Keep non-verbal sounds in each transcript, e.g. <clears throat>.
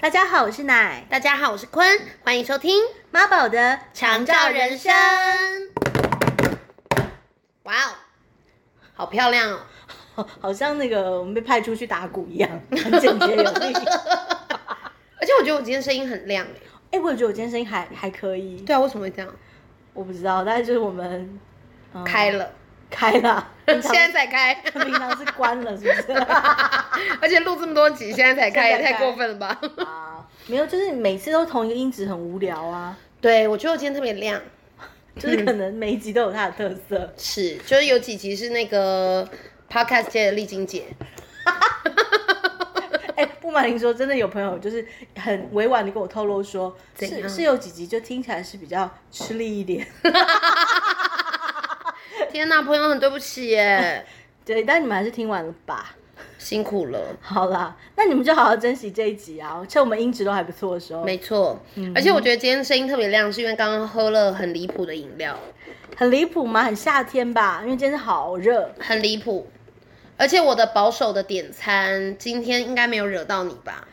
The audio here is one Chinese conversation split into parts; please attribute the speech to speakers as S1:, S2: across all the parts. S1: 大家好，我是奶
S2: 大家好，我是坤，欢迎收听《
S1: 妈宝的长照人生》。。
S2: 哇哦，好漂亮哦！
S1: 好， <laughs> 好像那个我们被派出去打鼓一样， <laughs> 很简洁有
S2: <laughs>
S1: 力。
S2: 而且我觉得我今天声音很亮哎。
S1: 哎、我也觉得我今天声音还还可以，
S2: 对啊，为什么会这样？
S1: 我不知道，但是就是我们、嗯
S2: 开了，
S1: 开
S2: <laughs>
S1: 了，平常
S2: 现在才开， <laughs>
S1: 平常是关了，是不是？
S2: 而且录这么多集，现在才
S1: 现
S2: 开，也
S1: 在开
S2: 太过分了吧？
S1: 啊，没有，就是每次都同一个音质，很无聊啊。
S2: 对，我觉得我今天特别亮。
S1: 就是可能每一集都有它的特色。
S2: 是，就是有几集是那个 podcast 界的丽晶姐，
S1: 哎、不瞒您说，真的有朋友就是很委婉的跟我透露说，
S2: 怎
S1: 是
S2: 样
S1: 是有几集就听起来是比较吃力一点。
S2: 天哪，朋友很对不起耶，
S1: 对，但你们还是听完了吧？ <laughs>
S2: 辛苦了。
S1: 好啦，那你们就好好珍惜这一集啊，趁我们音质都还不错的时候，
S2: 没错，
S1: 嗯
S2: 而且我觉得今天声音特别亮，是因为刚刚喝了很离谱的饮料，
S1: 很离谱吗？很夏天吧，因为今天是好热。
S2: 很离谱。而且我的保守的点餐今天应该没有惹到你吧？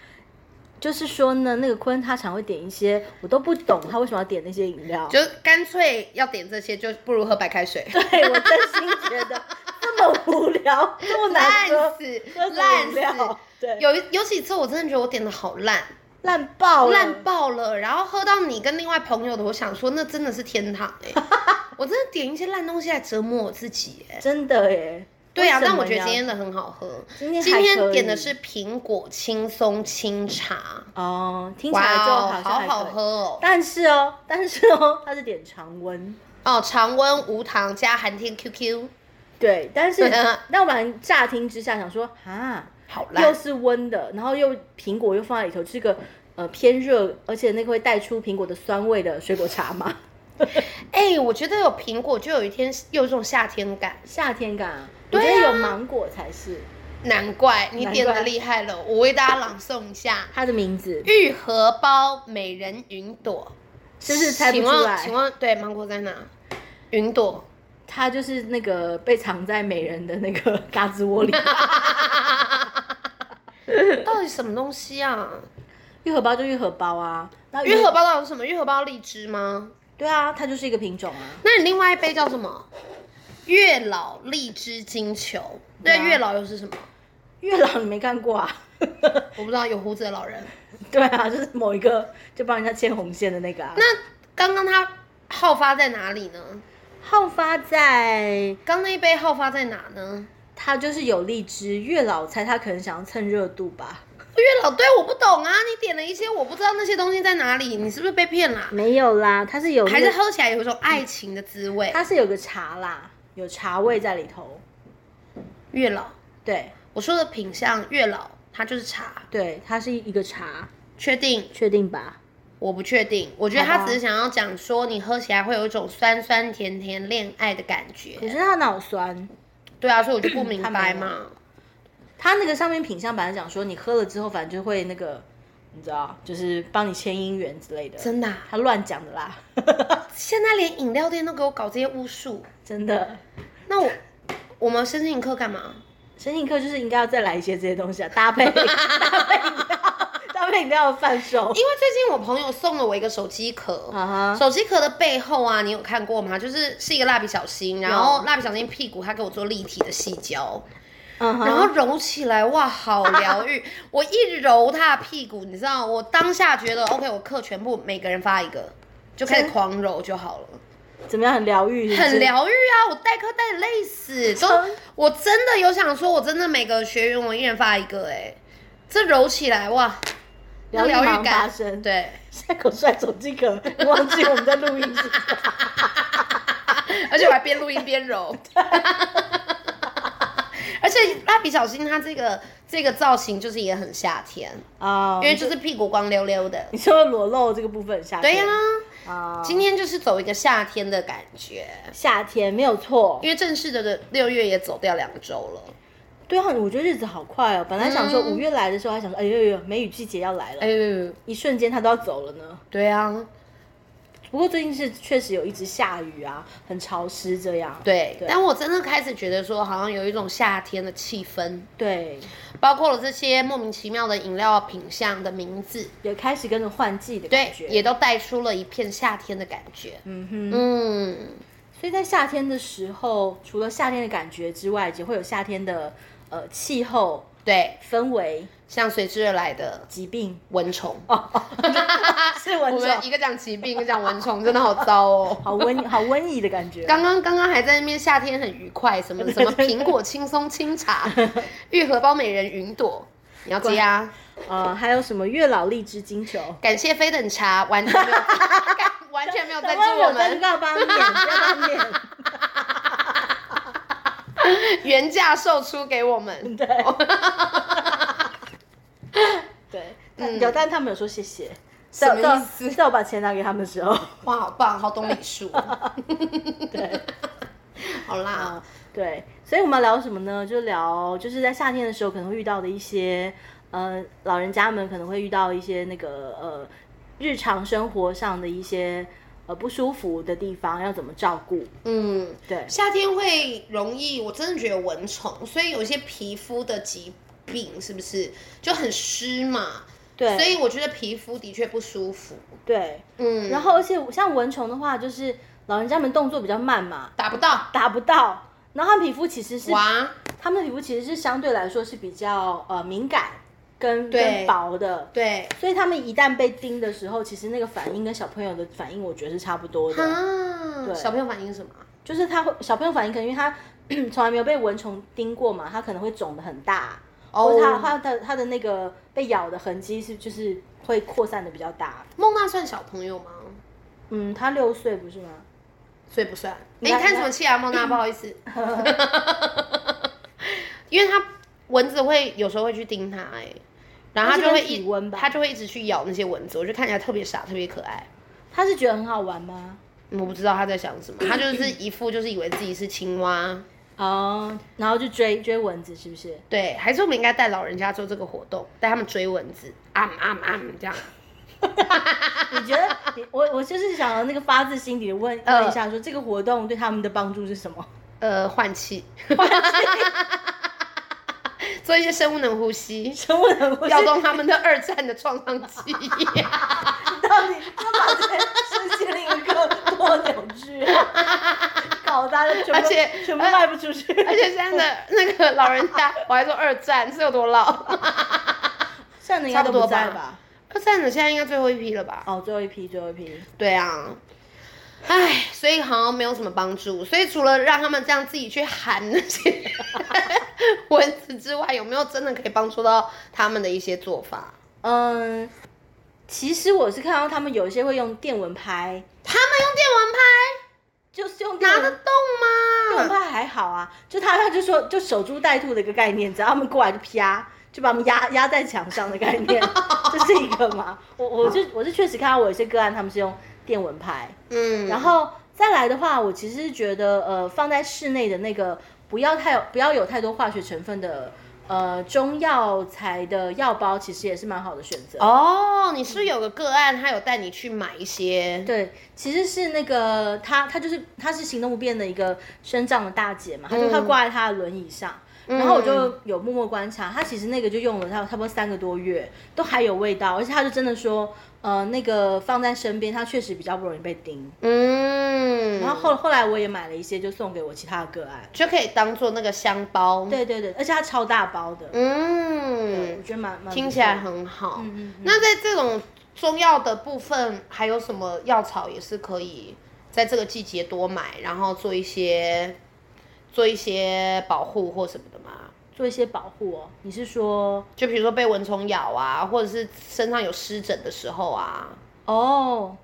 S1: 就是说呢，那个坤他常会点一些我都不懂他为什么要点那些饮料，
S2: 就干脆要点这些，就不如喝白开水，
S1: <laughs> 对我真心觉得这么无聊，这么难
S2: 烂
S1: 喝，
S2: 死
S1: 喝什么
S2: <laughs> 烂
S1: 饮
S2: 死
S1: 料，。对，
S2: 有有几次我真的觉得我点的好烂，
S1: 烂爆了，
S2: 烂爆了，然后喝到你跟另外朋友的，我想说那真的是天堂
S1: <laughs>
S2: 哎、我真的点一些烂东西来折磨我自己哎、
S1: 真的耶。
S2: 对啊，
S1: 为什
S2: 但
S1: 么
S2: 我觉得
S1: 呀
S2: 今天的很好喝。
S1: 今天
S2: 今
S1: 还
S2: 天
S1: 可
S2: 点的
S1: 以
S2: 是苹果青松清茶，
S1: 哦，听起
S2: 哇
S1: 来就
S2: 哦，
S1: 像
S2: 好
S1: 还
S2: 好
S1: 可以
S2: 喝哦！
S1: 但是哦，但是哦，它是点常温。
S2: 哦，常温无糖加寒天 QQ，
S1: 对，嗯但是那我们乍听之下想说啊，
S2: 好
S1: 又
S2: 烂，
S1: 是温的，然后又苹果又放在里头，是个呃偏热，而且那个会带出苹果的酸味的水果茶嘛，
S2: 哎、我觉得有苹果就有一天有一种夏天感，
S1: <laughs> 夏天感、啊。我
S2: 对啊
S1: 觉得有芒果才是
S2: 难怪你点
S1: 难
S2: 的
S1: 怪
S2: 厉害了。我为大家朗诵一下：
S1: 它的名字，
S2: 玉荷包美人云朵，
S1: 是不是猜不
S2: 请
S1: 出
S2: 问，请
S1: 来？
S2: 问，对，芒果在哪？云
S1: <laughs>
S2: 朵，
S1: 它就是那个被藏在美人的那个嘎吱 <laughs> 窝里，
S2: 到底什么东西啊？
S1: 玉荷包就玉荷包啊。那
S2: 玉荷包到底是什么？玉荷包荔枝吗？
S1: 对啊，它就是一个品种啊。
S2: 那你另外一杯叫什么？月老荔枝金球。那
S1: 哇
S2: 月老又是什么？
S1: 月老你没看过啊？ <laughs>
S2: 我不知道，有胡子的老人。
S1: 对啊，就是某一个就帮人家牵红线的那个啊。
S2: 那刚刚他好发在哪里呢？
S1: 好发在
S2: 刚那一杯好发在哪呢？
S1: 他就是有荔枝，月老猜他可能想要蹭热度吧？
S2: 月老对我不懂啊，你点了一些我不知道那些东西在哪里，你是不是被骗啦、
S1: 没有啦，他是有那
S2: 还
S1: 个
S2: 是喝起来有一种爱情的滋味？
S1: 他是有个茶啦，有茶味在里头。
S2: 月老，
S1: 对
S2: 我说的品相月老，它就是茶，
S1: 对，它是一个茶，
S2: 确定？
S1: 确定吧？
S2: 我不确定，我觉得
S1: 好
S2: 他
S1: 吧
S2: 只是想要讲说你喝起来会有一种酸酸甜甜恋爱的感
S1: 可
S2: 觉。
S1: 是它脑酸，
S2: 对啊，所以我就不明
S1: 嗯他没
S2: 白
S1: 有
S2: 嘛。
S1: 它那个上面品相本来讲说你喝了之后，反正就会那个，你知道，就是帮你牵姻缘之类的。
S2: 真的啊、
S1: 他乱讲的啦，
S2: 现在连饮料店都给我搞这些巫术，
S1: <laughs> 真的。
S2: 那我我们申请课干嘛？
S1: 神经课就是应该要再来一些这些东西啊，搭 <laughs> 配搭配饮料，搭配饮料的贩售。
S2: <laughs> 因为最近我朋友送了我一个手机壳，
S1: 啊哈，
S2: 手机壳的背后啊，你有看过吗？就是是一个蜡笔小新，然后蜡笔小新屁股它给我做立体的细胶，
S1: 嗯
S2: 然后
S1: 哼，
S2: 揉起来哇，好疗愈！我一揉他的屁股，你知道，我当下觉得 OK，我课全部每个人发一个，就开始狂揉就好了。
S1: 怎么样？很疗愈，是不是
S2: 很疗愈啊！我代课带的累死，都
S1: 真
S2: 我真的有想说，我真的每个学员我一人发一个、哎，这揉起来哇，那
S1: 疗愈
S2: 疗
S1: 马上
S2: 愈
S1: 发
S2: 感
S1: 生，
S2: 对，
S1: 下口摔手机
S2: <laughs>
S1: 壳，你忘记我们在录音是吧？
S2: <laughs> 而且我还边录音
S1: <laughs>
S2: 边揉。而且蜡笔小新它这个这个造型就是也很夏天，
S1: 啊，
S2: 因为就是屁股光溜溜的。
S1: 你说裸露这个部分夏
S2: 对
S1: 天，
S2: 呀、
S1: 啊，
S2: 今天就是走一个夏天的感觉，
S1: 夏天没有错。
S2: 因为正式的六月也走掉两周了。
S1: 对啊，我觉得日子好快哦。本来想说
S2: 嗯
S1: 五月来的时候还想说，哎呦呦，梅雨季节要来了，
S2: 哎呦，
S1: 一瞬间它都要走了呢。
S2: 对啊，
S1: 不过最近是确实有一直下雨啊，很潮湿这样。
S2: 对，
S1: 对
S2: 但我真的开始觉得说，好像有一种夏天的气氛，
S1: 对，
S2: 包括了这些莫名其妙的饮料品相的名字，
S1: 也开始跟着换季的
S2: 对
S1: 感，觉。
S2: 也都带出了一片夏天的感觉。
S1: 嗯哼。
S2: 嗯，
S1: 所以在夏天的时候，除了夏天的感觉之外，也会有夏天的呃气候、
S2: 对，
S1: 氛围、
S2: 像随之而来的
S1: 疾
S2: <laughs>
S1: 病。
S2: 蚊虫，
S1: 哦，
S2: 啊
S1: 是蚊
S2: 我们
S1: 虫，
S2: 一个讲疾病，一个讲蚊虫，真的好糟哦。 <laughs>
S1: 好瘟好瘟疫的感觉。
S2: 刚刚刚刚还在那边夏天很愉快， <laughs> 什么什么苹果轻松清茶，玉荷包美人云朵，你要接啊！
S1: 呃，还有什么月老荔枝金球？
S2: 感谢非等茶，完全没有 <laughs> 干完全没有赞助我
S1: 我
S2: <laughs> 们，
S1: 告帮面，不要帮面。
S2: <laughs> 原价售出给我们。
S1: 对，
S2: 哦
S1: 对，但有，但他们有说谢谢。
S2: 嗯什么
S1: 在我
S2: 意思
S1: 在我把钱拿给他们的时候，
S2: 哇，好棒，好懂礼 <laughs> 数。 <laughs>
S1: 对
S2: 好啦，
S1: 对，所以我们要聊什么呢？就聊就是在夏天的时候可能会遇到的一些，呃，老人家们可能会遇到一些那个呃日常生活上的一些呃不舒服的地方，要怎么照顾？
S2: 嗯，
S1: 对，
S2: 夏天会容易，我真的觉得蚊虫，所以有一些皮肤的疾病是不是就很湿嘛？
S1: 对
S2: 所以我觉得皮肤的确不舒服。
S1: 对，
S2: 嗯，
S1: 然后而且像蚊虫的话，就是老人家们动作比较慢嘛，
S2: 打不到，
S1: 打不到，然后他们皮肤其实是
S2: 哇，
S1: 他们的皮肤其实是相对来说是比较呃敏感跟
S2: 对
S1: 跟薄的，
S2: 对，
S1: 所以他们一旦被叮的时候，其实那个反应跟小朋友的反应，我觉得是差不多的。
S2: 啊，小朋友反应什么啊？
S1: 就是他会小朋友反应，可能因为他 <clears throat> 从来没有被蚊虫叮过嘛，他可能会肿的很大，或者他他的他的那个被咬的痕迹是就是会扩散的比较大。
S2: 孟娜算小朋友吗？
S1: 嗯，他六岁不是吗？
S2: 所以不算。哎、
S1: 你
S2: 你
S1: 看
S2: 叹什么气啊，孟娜？不好意思， <laughs> 因为它蚊子会有时候会去叮它、哎，然后它
S1: 那是
S2: 就会
S1: 跟体
S2: 一
S1: 温吧
S2: 它就会一直去咬那些蚊子，我就看起来特别傻，特别可爱。
S1: 他是觉得很好玩吗？
S2: 嗯我不知道他在想什么，
S1: <clears throat>
S2: 他就是一副就是以为自己是青蛙。
S1: 哦，然后就追追蚊子是不 <laughs> 是？
S2: 对，还是我们应该带老人家做这个活动，带他们追蚊子，啊啊啊这样。
S1: 你觉得你我我就是想要那个发自心底的问问一下，说这个活动对他们的帮助是什么？ <laughs>
S2: 呃，换气，做一些生物能呼吸，
S1: 真问了我
S2: 调
S1: 是
S2: 动他们的二战的创伤记
S1: <laughs>
S2: 忆。
S1: 到底要把这身心灵课多扭曲啊，搞大家全部
S2: 而且
S1: 全部卖不出去，
S2: 而且现在的那个老人家，我还说二战是有多老？
S1: 现在应该都不在
S2: 差不多
S1: 吧？
S2: 二战的现在应该最后一批了吧？
S1: 哦，最后一批，最后一批，
S2: 对啊，唉，所以好像没有什么帮助。所以除了让他们这样自己去喊那 <laughs> 些蚊子之外，有没有真的可以帮助到他们的一些做法？
S1: 嗯。其实我是看到他们有一些会用电蚊拍，
S2: 他们用
S1: 就
S2: 电
S1: 是用
S2: 蚊拍
S1: 电
S2: 拿得
S1: 蚊电蚊
S2: 动吗？
S1: 拍还好啊，就他他就说就守株待兔的一个概念，只要他们过来就啪，就把他们压压在墙上的概 <laughs> 念，这是一个嘛？我我是我是确实看到我有些个案他们是用电蚊拍，
S2: 嗯，
S1: 然后再来的话，我其实是觉得呃放在室内的那个不要太有不要有太多化学成分的呃中药材的药包，其实也是蛮好的选择。
S2: 哦，你是不是有个个案，他有带你去买一些？
S1: 对，其实是那个她，她就是她是行动不便的一个身障的大姐嘛，她就她挂在她的轮椅上，然后我就有默默观察，她其实那个就用了差差不多三个多月，都还有味道，而且她就真的说，呃，那个放在身边，她确实比较不容易被叮。
S2: 嗯，然
S1: 然后后后来我也买了一些，就送给我其他的个案。
S2: 就可以当做那个香包。
S1: 对对对，而且它超大包的，
S2: 嗯
S1: 我，觉得蛮蛮
S2: 听
S1: 不
S2: 起来
S1: 错的
S2: 很好。
S1: 嗯嗯
S2: 那在这种中药的部分，还有什么药草也是可以在这个季节多买，然后做一些做一些保护或什么的吗？
S1: 做一些保护哦。你是说
S2: 就比如说被蚊虫咬啊，或者是身上有湿疹的时候啊，
S1: 哦，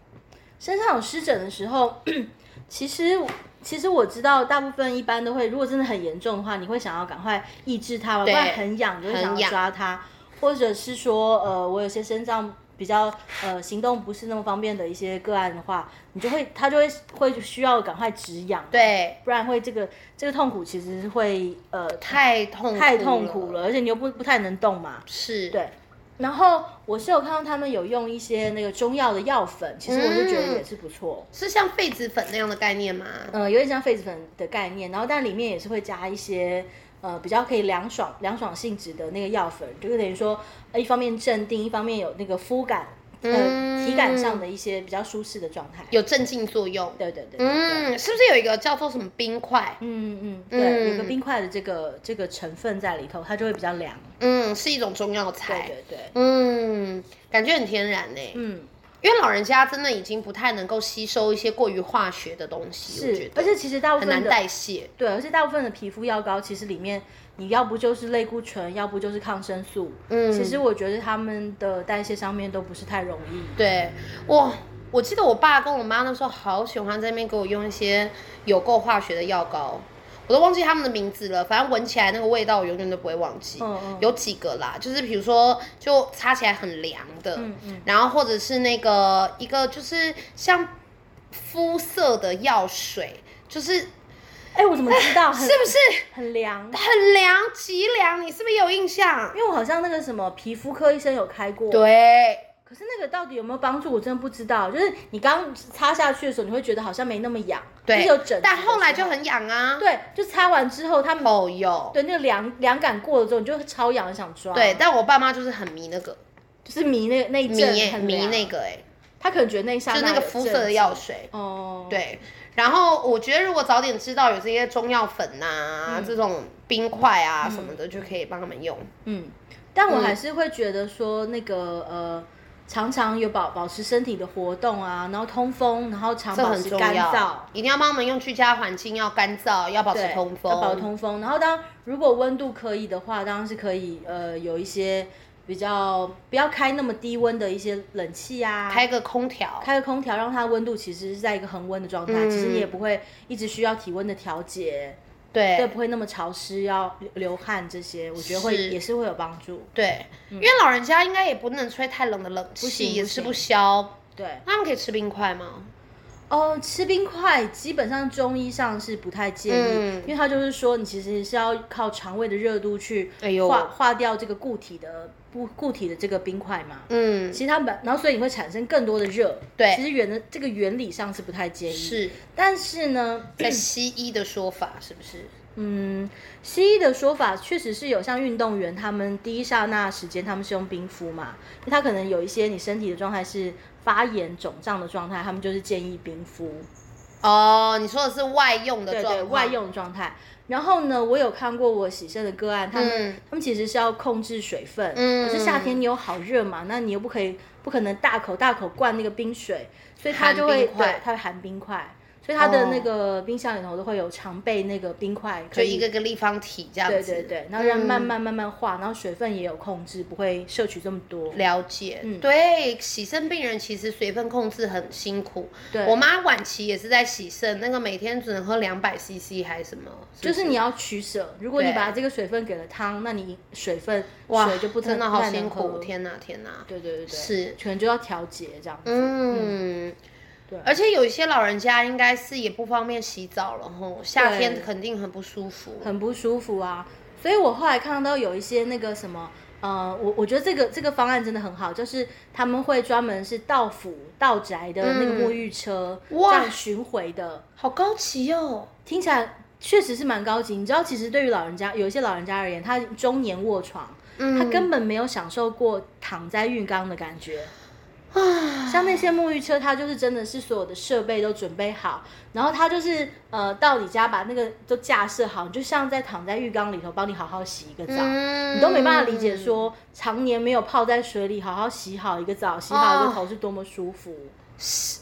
S1: 身上有湿疹的时候， <clears throat> 其实其实我知道，大部分一般都会，如果真的很严重的话，你会想要赶快抑制它嘛，不
S2: 对
S1: 然很痒，就会想要抓它，或者是说，呃，我有些身上比较呃行动不是那么方便的一些个案的话，你就会它就会会需要赶快止痒，，
S2: 对，
S1: 不然会这个这个痛苦其实会呃
S2: 太痛
S1: 太痛苦了，而且你又不不太能动嘛，
S2: 是，
S1: 对，然后我是有看到他们有用一些那个中药的药粉，其实我就觉得
S2: 嗯
S1: 也是不错，
S2: 是像痱子粉那样的概念吗？
S1: 呃，有点像痱子粉的概念，然后但里面也是会加一些呃比较可以凉爽凉爽性质的那个药粉，就是等于说呃一方面镇定，一方面有那个肤感呃
S2: 嗯
S1: 体感上的一些比较舒适的状态。
S2: 有镇静作用。
S1: 对对对对对，
S2: 嗯，是不是有一个叫做什么冰块？
S1: 嗯嗯，对，有个
S2: 嗯
S1: 冰块的这个这个成分在里头，它就会比较凉。
S2: 嗯，是一种中药材。
S1: 对对对，
S2: 嗯，感觉很天然呢、欸
S1: 嗯。
S2: 因为老人家真的已经不太能够吸收一些过于化学的东西，我觉
S1: 是
S2: 得，
S1: 而且其实大部
S2: 很
S1: 分
S2: 难
S1: 的
S2: 代谢。
S1: 对，而且大部分的皮肤药膏其实里面，你要不就是类固醇，要不就是抗生素。
S2: 嗯
S1: 其实我觉得他们的代谢上面都不是太容易。
S2: 对我，我记得我爸跟我妈那时候好喜欢在那边给我用一些有够化学的药膏，我都忘记他们的名字了，反正闻起来那个味道我永远都不会忘记。
S1: 嗯嗯
S2: 有几个啦，就是比如说就擦起来很凉的，
S1: 嗯嗯
S2: 然后或者是那个一个就是像肤色的药水，就是是
S1: 哎，我怎么知 <laughs> 道？很
S2: 不是
S1: 很凉？
S2: 很凉极凉？你是不是有印象？
S1: 因为我好像那个什么皮肤科医生有开过。。
S2: 对，
S1: 可是那个到底有没有帮助，我真的不知道。就是你刚擦下去的时候，你会觉得好像没那么痒，就是
S2: 对
S1: 有疹，
S2: 但
S1: 子的
S2: 后来
S1: 时
S2: 就
S1: 候
S2: 很痒啊。
S1: 对，就擦完之后，它
S2: 哦，有。
S1: 对那个凉凉感过了之后，你就会超痒，想抓。
S2: 对，，但我爸妈就是很迷那个，
S1: 就是迷那那一
S2: 迷
S1: 阵
S2: 耶
S1: 很
S2: 迷
S1: 凉
S2: 那，个哎、
S1: 他可能觉得那一刹
S2: 就
S1: 那
S2: 是那个
S1: 有
S2: 肤色
S1: 镇
S2: 的
S1: 静
S2: 药水。
S1: 哦，
S2: 对，然后我觉得如果早点知道有这些中药粉呐、这种冰块啊什么的，就可以帮他们用。
S1: 嗯，但我还是会觉得说那个、呃，常常有保保持身体的活动啊，然后通风，然后常
S2: 这
S1: 保
S2: 很
S1: 持
S2: 重
S1: 干燥
S2: 要。，一定要帮他们用居家环境要干燥，要保持
S1: 对
S2: 通风，
S1: 要保持通风。然后当如果温度可以的话，当然是可以呃有一些比较不要开那么低温的一些冷气啊，
S2: 开个空调。
S1: 开个空调，让它温度其实是在一个恒温的状态，其实你也不会一直需要体温的调节，
S2: 嗯对
S1: 对，不会那么潮湿，要流流汗这些，我觉得会
S2: 是
S1: 也是会有帮助。
S2: 对，因为老人家应该也不能吹太冷的冷
S1: 行
S2: 气，
S1: 不
S2: 也吃
S1: 行
S2: 不消。
S1: 对，
S2: 那他们可以吃冰块吗？
S1: 哦，吃冰块基本上中医上是不太建议，
S2: 嗯
S1: 因为它就是说你其实是要靠肠胃的热度去化、
S2: 哎呦
S1: 化掉这个固体的固固体的这个冰块嘛。
S2: 嗯，
S1: 其实它本然后所以你会产生更多的热，
S2: 对
S1: 其实原的这个原理上是不太建议。，
S2: 是
S1: 但是
S2: <clears throat>
S1: 呢，
S2: 在西医的说法是不是？
S1: 嗯，西医的说法确实是有像运动员，他们第一刹那时间他们是用冰敷嘛，因为他可能有一些你身体的状态是发炎肿胀的状态，他们就是建议冰敷。
S2: 哦，你说的是外用的
S1: 对
S2: 状
S1: 对，
S2: 况，
S1: 外用状态。然后呢，我有看过我喜肾的个案，他们、
S2: 嗯
S1: 他们其实是要控制水分，
S2: 嗯
S1: 可是夏天你有好热嘛，那你又不可以不可能大口大口灌那个冰水，所以它
S2: 含
S1: 就会
S2: 冰块
S1: 对，它会含冰块，所以它的
S2: 哦
S1: 那个冰箱里头都会有常备那个冰块，可
S2: 就
S1: 以
S2: 一个个立方体这样
S1: 对
S2: 子。
S1: 对对，然后让慢
S2: 嗯
S1: 慢慢慢化，然后水分也有控制，不会摄取这么多。
S2: 了解。
S1: 嗯
S2: 对，洗肾病人其实水分控制很辛苦。
S1: 对
S2: 我妈晚期也是在洗肾，那个每天只能喝两百 CC 还是什么，
S1: 就是是你要取舍，如果你
S2: 对
S1: 把这个水分给了汤，那你水分
S2: 哇
S1: 水就不
S2: 真的
S1: 能
S2: 好
S1: 太能
S2: 辛苦，
S1: 喝
S2: 天哪天哪。
S1: 对对对对，
S2: 是
S1: 可能就要调节这样子。
S2: 嗯。
S1: 对
S2: 而且有一些老人家应该是也不方便洗澡了吼，夏天
S1: 对
S2: 肯定很不舒服。
S1: 很不舒服啊。所以我后来看到有一些那个什么，呃，我我觉得这个这个方案真的很好，就是他们会专门是到府到宅的那个沐浴车、这
S2: 嗯哇
S1: 样巡回的，
S2: 好高级哦，
S1: 听起来确实是蛮高级。你知道，其实对于老人家，有一些老人家而言，他中年卧床，
S2: 嗯
S1: 他根本没有享受过躺在浴缸的感觉。
S2: 啊，
S1: 像那些沐浴车，它就是真的是所有的设备都准备好，然后它就是呃到你家把那个都架设好，你就像在躺在浴缸里头帮你好好洗一个澡，
S2: 嗯
S1: 你都没办法理解说常年没有泡在水里好好洗好一个澡，洗
S2: 啊
S1: 好一个头是多么舒服。
S2: 嗯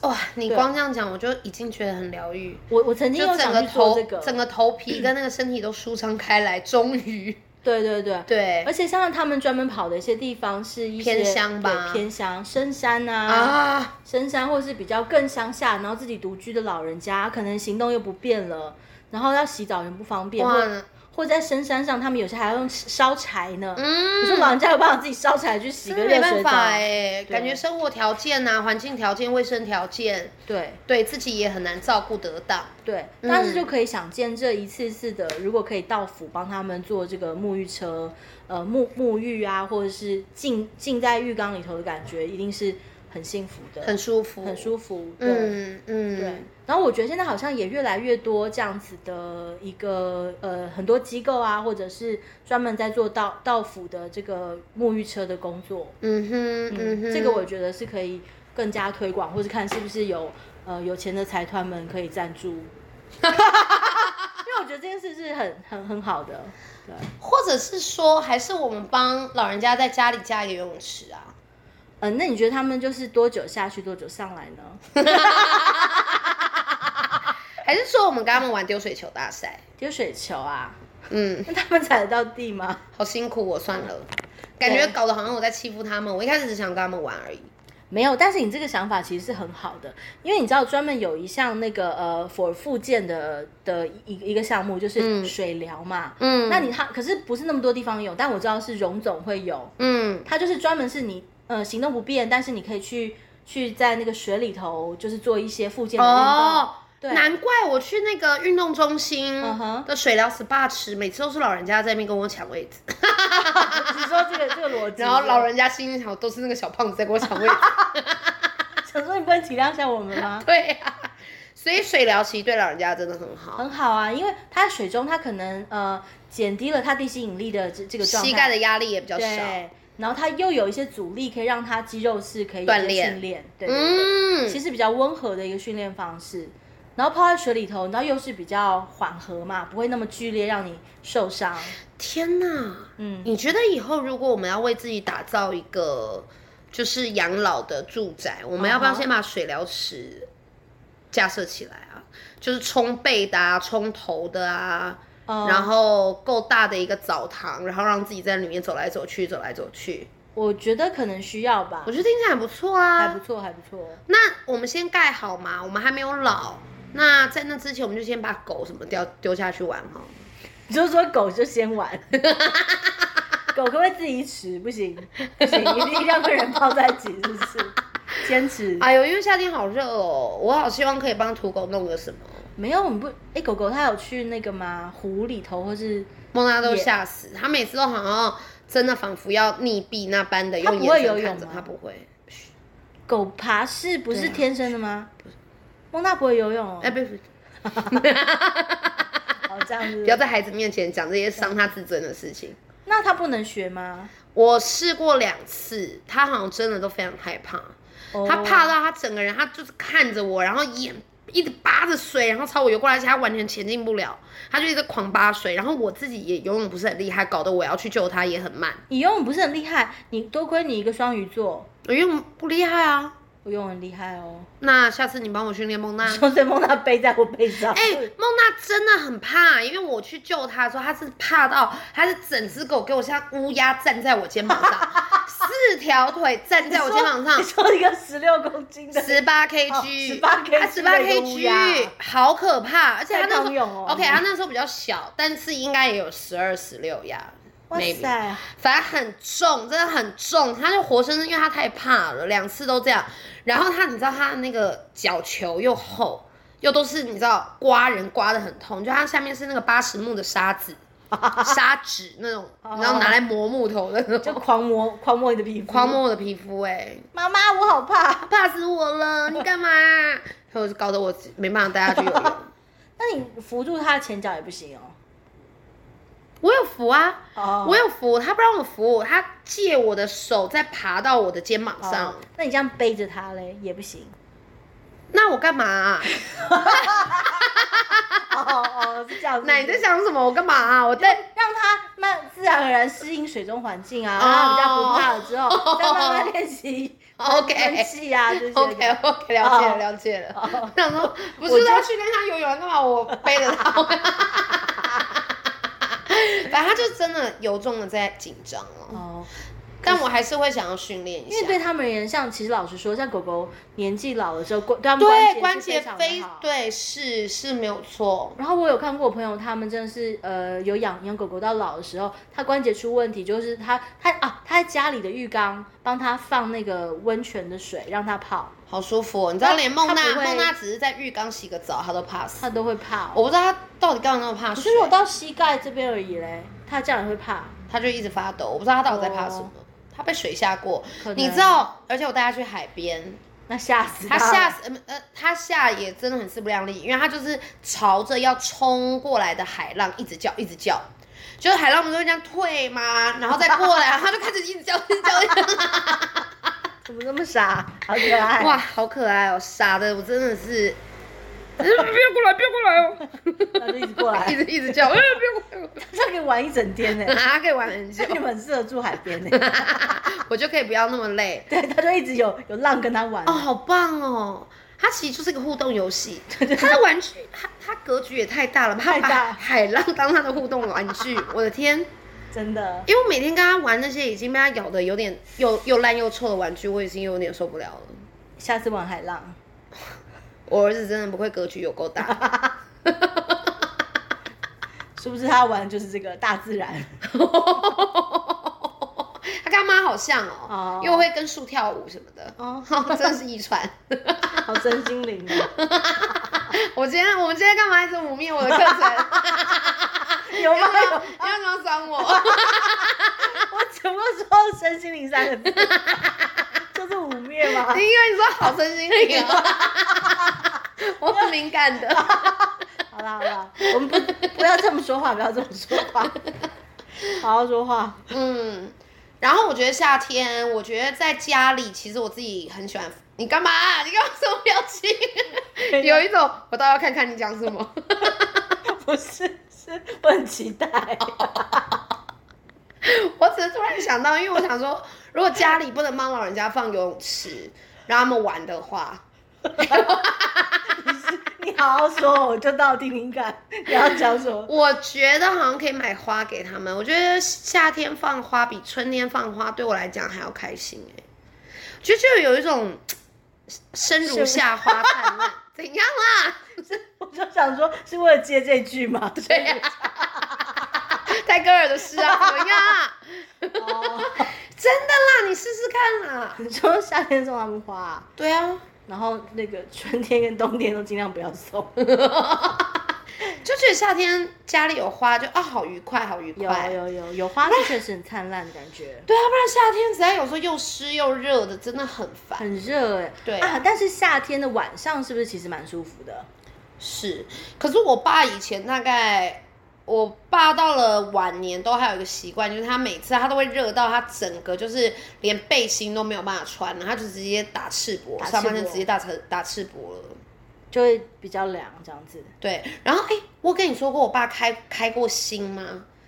S2: 哇，你光这样讲我就已经觉得很疗愈。
S1: 我我曾经有
S2: 就整
S1: 想
S2: 个
S1: 去做
S2: 头、
S1: 这个，
S2: 整个头皮跟那个身体都舒畅开来，终于
S1: 对对对。
S2: 对
S1: 而且像他们专门跑的一些地方是一些
S2: 偏乡吧
S1: 对偏乡深山
S2: 啊，
S1: 深山或是比较更乡下，然后自己独居的老人家，可能行动又不便了，然后要洗澡也不方便，
S2: 哇
S1: 或或者在深山上，他们有些还要用烧柴呢。
S2: 嗯
S1: 你说老人家有办法自己烧柴去洗
S2: 真
S1: 个
S2: 的没
S1: 热
S2: 办
S1: 水澡？
S2: 法哎、
S1: 对
S2: 感觉生活条件啊、环境条件、卫生条件，
S1: 对
S2: 对自己也很难照顾得当。
S1: 对，但
S2: 嗯
S1: 是就可以想见这一次次的，如果可以到府帮他们做这个沐浴车，呃，沐沐浴啊，或者是浸浸在浴缸里头的感觉，一定是很幸福的，
S2: 很舒服，
S1: 很舒服。对。
S2: 嗯嗯，
S1: 对，然后我觉得现在好像也越来越多这样子的一个呃，很多机构啊，或者是专门在做到到府的这个沐浴车的工作，
S2: 嗯哼嗯哼，
S1: 这个我觉得是可以更加推广，或者看是不是有呃有钱的财团们可以赞
S2: <laughs>
S1: 助，因为我觉得这件事是很很很好的，对，
S2: 或者是说，还是我们帮老人家在家里加一个游泳池啊？
S1: 嗯、那你觉得他们就是多久下去，多久上来呢？
S2: 还是说我们跟他们玩丢水球大赛？
S1: 丢水球啊，
S2: 嗯，
S1: 那他们踩得到地吗？
S2: 好辛苦我，算了，感觉搞得好像我在欺负他们。我一开始只想跟他们玩而已。
S1: 没有，但是你这个想法其实是很好的，因为你知道专门有一项那个呃，for 附件的的一一个项目就是水疗嘛。
S2: 嗯
S1: 那你它可是不是那么多地方有，但我知道是荣总会有，
S2: 嗯
S1: 它就是专门是你呃行动不便，但是你可以去去在那个水里头就是做一些附件的运动。
S2: 哦。
S1: 对
S2: 难怪我去那个运动中心
S1: 嗯哼
S2: 的水疗 SPA 池，每次都是老人家在那边跟我抢位置，
S1: 你说这个这个 <laughs> 逻辑，
S2: 然后老人家心里想，都是那个小胖子在跟我抢位置。
S1: 想说你不能体谅一下我们吗？
S2: 对啊，所以水疗其实对老人家真的很
S1: <laughs>
S2: 好，
S1: 很好啊，因为它水中它可能呃减低了它地心引力的这这个状态，
S2: 膝盖的压力也比较少。
S1: 啊对，哎然后它又有一些阻力，可以让它肌肉是可以
S2: 锻
S1: 有一些
S2: 炼
S1: 训练，对对对
S2: 嗯，
S1: 其实比较温和的一个训练方式。然后泡在水里头，然后又是比较缓和嘛，不会那么剧烈让你受伤。
S2: 天呐，
S1: 嗯
S2: 你觉得以后如果我们要为自己打造一个就是养老的住宅，我们要不要
S1: 嗯哼
S2: 先把水疗池架设起来啊？就是冲背的啊，冲头的啊，
S1: 呃，
S2: <laughs> 然后够大的一个澡堂，然后让自己在里面走来走去，走来走去，
S1: 嗯我觉得可能需要吧
S2: 我，觉得听起来很不错
S1: 还
S2: 啊
S1: 不。错，还不错。
S2: 那我们先盖好嘛，我们还没有老。那在那之前，我们就先把狗什么丢丢下去玩哈。
S1: 你就说狗就先
S2: <laughs>
S1: 玩，狗可不可以自己吃？不行，不行，一定一定要跟人泡在一起，是不
S2: <laughs>
S1: 是？坚持。
S2: 哎呦，因为夏天好热哦，我好希望可以帮土狗弄个什么。
S1: 没有，我们不，哎，狗狗它有去那个吗？湖里头或是
S2: 梦娜都吓死，她每次都好像真的仿佛要溺毙那般的
S1: 她
S2: 用
S1: 不会
S2: 眼
S1: 游
S2: 神
S1: 泳
S2: 看着
S1: 吗
S2: 她，不会。
S1: 狗爬式不是
S2: 对啊
S1: 天生的吗？孟娜不会游泳哦。
S2: 哎，不不，
S1: 哦，这样子。
S2: 不要在孩子面前讲这些伤她自尊的事情。
S1: 那它不能学吗？
S2: 我试过两次，她好像真的都非常害怕，
S1: 哦
S2: 她怕到她整个人，她就是看着我，然后眼一直扒着水，然后朝我游过来，而且她完全前进不了，她就一直狂扒水，然后我自己也游泳不是很厉害，搞得我要去救她也很慢，
S1: 你游泳不是很厉害，你多亏你一个双鱼座，
S2: 我游泳不厉害啊。
S1: 我游泳很厉害哦。
S2: 那下次你帮我训练梦娜。
S1: 说所以孟娜背在我背上。
S2: 哎、梦娜真的很怕，因为我去救她的时候，她是怕到，她是整只狗给我像乌鸦站在我肩膀上，
S1: <laughs>
S2: 四条腿站在我肩膀上
S1: 你，说一个十六公斤的，
S2: 十八 kg，
S1: 哦18 kg
S2: 她十八
S1: 的一个乌鸦
S2: kg，好可怕！而且她那
S1: 在冬
S2: 时
S1: 泳
S2: 候、
S1: 哦
S2: OK，她那时候比较小，但是应该也有十二、十六呀
S1: 哇
S2: ，maybe。
S1: 塞，
S2: 反正很重，真的很重，他就活生生，因为他太怕了，两次都这样。然后他，你知道他那个脚球又厚，又都是你知道刮人刮的很痛，就他下面是那个八十木的沙
S1: <laughs>
S2: 子、砂纸那种，然后拿来磨木头的那
S1: 哦就
S2: 种，
S1: 狂磨狂磨你的皮肤。
S2: 狂摸我的皮肤、哎，
S1: 妈妈，我好怕。
S2: 怕死我了，你干嘛？ <laughs> 然后就搞得我没办法带他去游泳。
S1: 那你扶住它的前脚也不行哦。
S2: 我有扶啊，
S1: 哦，
S2: 我有扶，他不让我扶，他借我的手再爬到我的肩膀上。
S1: 哦那你这样背着它嘞也不行。
S2: 那我干嘛啊、
S1: 哦哦，是这
S2: <laughs>
S1: 样子。
S2: 那你在想什么？我干嘛啊？我在
S1: 让它慢自然而然适应水中环境啊，
S2: 哦
S1: 然后比较不怕了之 <laughs> 后，再慢慢练 <laughs> 习
S2: OK
S1: 喷气啊这些的。 <laughs>
S2: OK OK 了解了
S1: 哦
S2: 了解了。
S1: 哦
S2: 我想说，不
S1: 我
S2: 是
S1: 觉得
S2: 他去跟他游泳干嘛？我背
S1: <laughs>
S2: 着他。反正他就真的由衷的在紧张哦。
S1: 哦，
S2: 但我还是会想要训练一
S1: 因为
S2: 下。
S1: 对他们而言，像其实老实说，像狗狗年纪老了之后，关对他们
S2: 对，关
S1: 关
S2: 节
S1: 节是非常
S2: 非
S1: 的好。啊
S2: 对是是没有错，
S1: 然后我有看过我朋友，他们真的是呃有养养狗狗到老的时候，他关节出问题，就是他他啊他在家里的浴缸帮他放那个温泉的水让他泡，
S2: 好舒服、哦。你知道，连
S1: 它
S2: 孟
S1: 它
S2: 娜
S1: 不会
S2: 孟娜只是在浴缸洗个澡，她都怕死。
S1: 他都会怕。
S2: 我不知道她到底干嘛那么怕
S1: 可
S2: 水
S1: 是，我到膝盖这边而已嘞，他这样也会怕。
S2: 她就一直发抖。我不知道她到底在怕什么
S1: 哦。
S2: 她被水吓过
S1: 可，能
S2: 你知道？而且我带她去海边，
S1: 那吓死
S2: 他
S1: 了
S2: 下呃呃，他下也真的很势不量力，因为他就是朝着要冲过来的海浪一直叫，一直叫，就是海浪不是会这样退吗？然后再过来，他就开始一直叫，一直叫，一直叫。
S1: 怎么那么傻，好可爱！
S2: <laughs> 哇，，好可爱哦，傻的，我真的是，
S1: 他就一直过来，
S2: <laughs> 一直一直叫，哎不 <laughs> 要过来
S1: 他可以玩一整
S2: <laughs>
S1: 天呢、
S2: 哦，啊，可以玩很久
S1: 那，你们很适合住海边呢、欸。
S2: 我就可以不要那么累。
S1: 对，他就一直有有浪跟他玩。
S2: 哦，好棒哦！它其实就是个互动
S1: <laughs>
S2: 游戏，它的玩具，它它格局也太大了吧？它
S1: 太大
S2: 把海浪当它的互动玩
S1: <laughs>
S2: 具，我的天！
S1: 真的。
S2: 因为我每天跟他玩那些已经被他咬的有点又又烂又臭的玩具，我已经有点受不了了。
S1: 下次玩海浪，
S2: 我儿子真的不会格局有够大， <laughs>
S1: 是不是他玩的就是这个大自然？
S2: 他跟他妈好像哦
S1: 哦，
S2: 因为我会跟树跳舞什么的，
S1: 哦
S2: 真的是遗传。
S1: <laughs> 好真心灵
S2: <laughs>
S1: 啊！
S2: 我今天我们今天干嘛一直污蔑我的
S1: <laughs>
S2: 课程？
S1: 有
S2: 你
S1: 吗？有
S2: 要你要不要伤我？
S1: 我怎么说身心灵三个字？
S2: <laughs>
S1: 就是污蔑吗
S2: 因？为你说好身心灵啊哦， <laughs> 我很敏感的。
S1: 好啦好啦，我们不不要这么说话，不要这么说
S2: <laughs>
S1: 话，好好说话。
S2: <laughs> 嗯，然后我觉得夏天，我觉得在家里，其实我自己很喜欢。你干嘛、你干嘛什么表情？ <laughs> 有一种我倒要看看你讲什么。
S1: <laughs> 不是，是我很期待。
S2: <laughs> 我只是突然想到，因为我想说，如果家里不能帮老人家放游泳池，让他们玩的话，
S1: 你是 <laughs> 你好好说，我就到听听看你要讲什么。
S2: 我觉得好像可以买花给他们。我觉得夏天放花比春天放花对我来讲还要开心哎、就就有一种生如夏花灿烂，怎样 <laughs> 啦？
S1: 我就想说，是为了接这句吗？
S2: 对啊呀、泰戈尔的诗啊，怎么样？
S1: 哦，
S2: <laughs> 真的啦，你试试看啦。
S1: 你说夏天送他们花、
S2: 对啊，
S1: 然后那个春天跟冬天都尽量不要送。
S2: 就觉得夏天家里有花就啊，好愉快，好愉
S1: 有
S2: 快。
S1: 有有有花是确实很灿烂的感觉，
S2: 对啊，不然夏天实在有时候又湿又热的，真的很烦。
S1: 很热哎、
S2: 对
S1: 啊，但是夏天的晚上是不是其实蛮舒服的？
S2: 是，可是我爸以前大概，我爸到了晚年都还有一个习惯，就是他每次他都会热到他整个就是连背心都没有办法穿了，他就直接打赤膊，
S1: 打赤
S2: 上半身
S1: 膊
S2: 直接打赤打赤膊了。
S1: 就会比较凉这样子。
S2: 对，然后哎，我跟你说过我爸开开过心吗？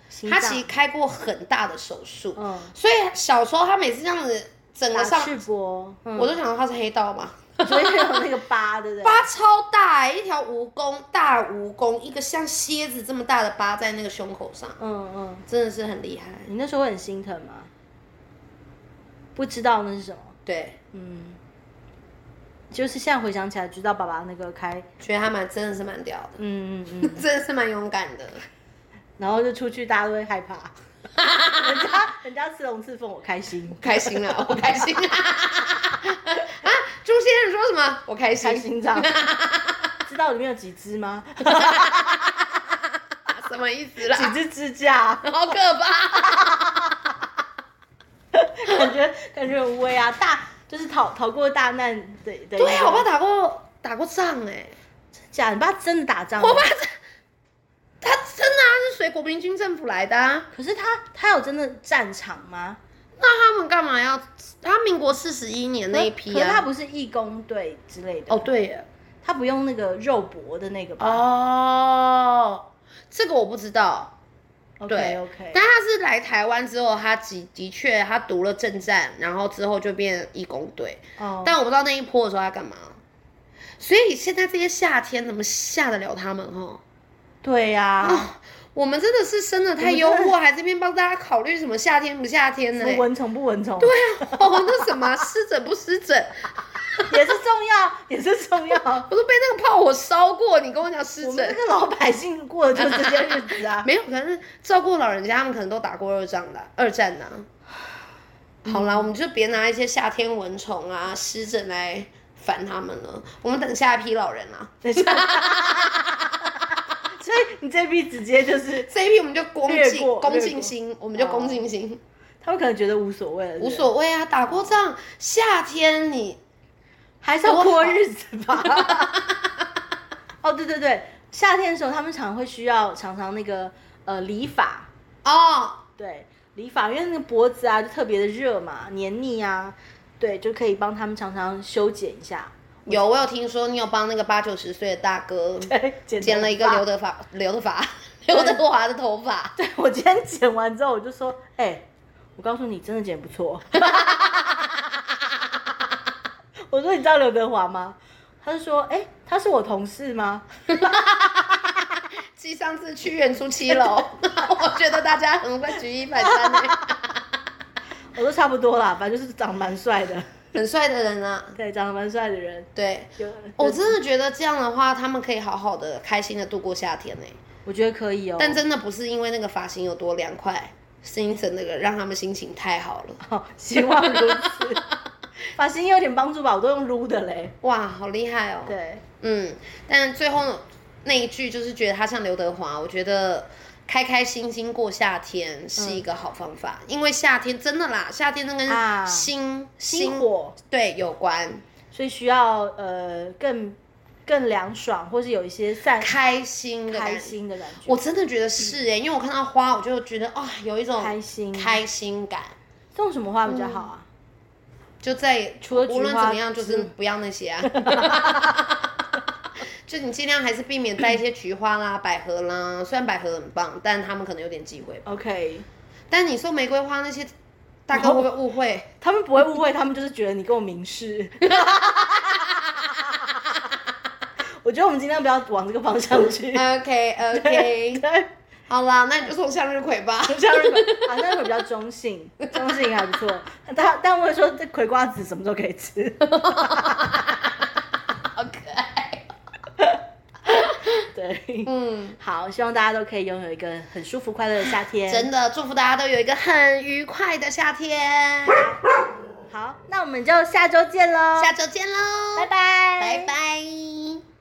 S1: 心
S2: 他
S1: 脏
S2: 其实开过很大的手术，
S1: 嗯，
S2: 所以小时候他每次这样子整个
S1: 打
S2: 上，
S1: 赤膊，嗯，
S2: 我都想到他是黑道嘛，
S1: 所以有那个疤，对不对？
S2: 疤超大、欸，一条蜈蚣大蜈蚣，一个像蝎子这么大的疤在那个胸口上，
S1: 嗯嗯，
S2: 真的是很厉害。
S1: 你那时候会很心疼吗？不知道那是什么，
S2: 对，
S1: 嗯，就是现在回想起来，知道爸爸那个开，
S2: 觉得他蛮真的是蛮屌的， <laughs>
S1: 嗯嗯嗯，
S2: 真的是蛮勇敢的。
S1: <laughs> 然后就出去，大家都会害怕。人家人家刺龙刺凤，我开心，
S2: <laughs> 开心了，我开心了。啊，朱先生说什么？我 <laughs> 开心，
S1: 开心脏。 <laughs> 知道里面有几只吗？
S2: <laughs> 什么意思啦？
S1: 几只支架，
S2: <laughs> 好可怕！
S1: 感觉感觉很威啊！大就是逃逃过大难的的。
S2: 对啊，我爸，打过打过仗哎、
S1: 假的，你爸真的打仗？
S2: 我爸这他真的、啊、他是随国民军政府来的啊，
S1: 可是他他有真的战场吗？
S2: 那他们干嘛要？他民国四十一年那一批
S1: 可是他
S2: 啊，
S1: 不是义工队之类的
S2: 哦对耶，
S1: 他不用那个肉搏的那个吧？
S2: 哦，这个我不知道。
S1: o
S2: 对
S1: k OK，
S2: 但他是来台湾之后，他的的确他读了政战，然后之后就变义工队。
S1: 哦，
S2: 但我不知道那一波的时候他干嘛。所以现在这些夏天怎么下得了他们哦？
S1: 对呀、
S2: 啊，我们真的是生的太幽默，还这边帮大家考虑什么夏天不夏天呢、哎
S1: 什么蚊虫不蚊虫，对，
S2: 哦，那什么啊湿疹不湿疹？
S1: 也是重要， <laughs> 也是重要。
S2: <laughs> 我都被那个炮火烧过，你跟我讲湿
S1: 我们
S2: 疹
S1: 这，个老百姓过的就是这些日子
S2: <laughs>
S1: 啊。
S2: 没有，可能是照顾老人家，他们可能都打过二仗的二战呐、好啦，我们就别拿一些夏天蚊虫啊、湿疹来烦他们了。我们等下一批老人啊啦、
S1: <laughs> 等一下，所以你这批直接就是
S2: 这一批我们就恭
S1: 略
S2: 敬
S1: 过
S2: 恭
S1: 略
S2: 敬
S1: 过哦
S2: 心，我们就恭敬心，
S1: 他们可能觉得无所谓了，对
S2: 无
S1: 不对
S2: 所谓啊。打过仗，夏天你
S1: 还是要
S2: 多 <laughs>
S1: 过
S2: 好
S1: 日子吧。哦，对对对，夏天的时候他们常会需要常常那个呃理发，
S2: 哦，
S1: 对理发，因为那个脖子啊就特别的热嘛，黏腻啊，对，就可以帮他们常常修剪一下， <laughs>
S2: 有我有听说你有帮那个八九十岁的大
S1: <laughs>
S2: 哥
S1: 对，剪
S2: 剪
S1: 头
S2: 了一个
S1: 发
S2: 刘德发刘德发刘德华的头发，
S1: <laughs> 对我今天剪完之后，我就说，哎、我告诉你，真的剪不错。 <laughs> 我说你知道刘德华吗？他就说，哎、他是我同事吗？
S2: 继上次去远处七
S1: <laughs>
S2: 楼，我觉得大家很会举一反三欸
S1: 我说差不多啦，反正就是长得蛮帅的，
S2: 很帅的人啊，
S1: 对，长得蛮帅的人。
S2: 对。
S1: 有，
S2: 我真的觉哦得这样的话，他们可以好好的、开心的度过夏天呢、
S1: 我觉得可以哦、<laughs>
S2: 但真的不是因为那个发型有多凉快，是因为那个让他们心情太好了。
S1: 好，哦希望如此。 <laughs> 发型也有点帮助吧，我都用撸的嘞。
S2: 哇，好厉害哦！
S1: 对，
S2: 嗯，但最后那一句就是觉得他像刘德华，我觉得开开心心过夏天是一个好方法，因为夏天真的啦，夏天真的
S1: 嗯啊
S2: 跟心、
S1: 心火，
S2: 对有关，
S1: 所以需要呃更更凉爽，或是有一些散
S2: 开心的
S1: 开
S2: 感觉。
S1: 心的感觉。
S2: 我真的觉得是哎、因为我看到花，我就觉得啊、有一种
S1: 嗯开心
S2: 开心感。
S1: 种什么花比较好啊？
S2: 就再
S1: 除了菊花
S2: 无论怎么样，就是不要那些啊。
S1: <laughs>
S2: 就你尽量还是避免带一些菊花啦、百合啦。虽然百合很棒，但他们可能有点忌讳。
S1: OK，
S2: 但你说玫瑰花那些，大哥会不会误会？
S1: 他们不会误会，他们就是觉得你跟我明 <laughs> 示。我觉得我们尽量不要往这个方向去。
S2: <laughs> OK
S1: <laughs>
S2: OK，
S1: 对，
S2: 好啦，那你就送向日葵
S1: <laughs>
S2: 吧。
S1: 向日葵啊，向日葵比较中性，中性还不错。但但我也说，这葵瓜子什么时候可以吃？
S2: 好可爱。
S1: 对，
S2: 嗯，
S1: 好，希望大家都可以拥有一个很舒服快乐的夏天。
S2: 真的，祝福大家都有一个很愉快的夏天。
S1: 好，那我们就下周见喽，
S2: 下周见喽，
S1: 拜拜，
S2: 拜拜。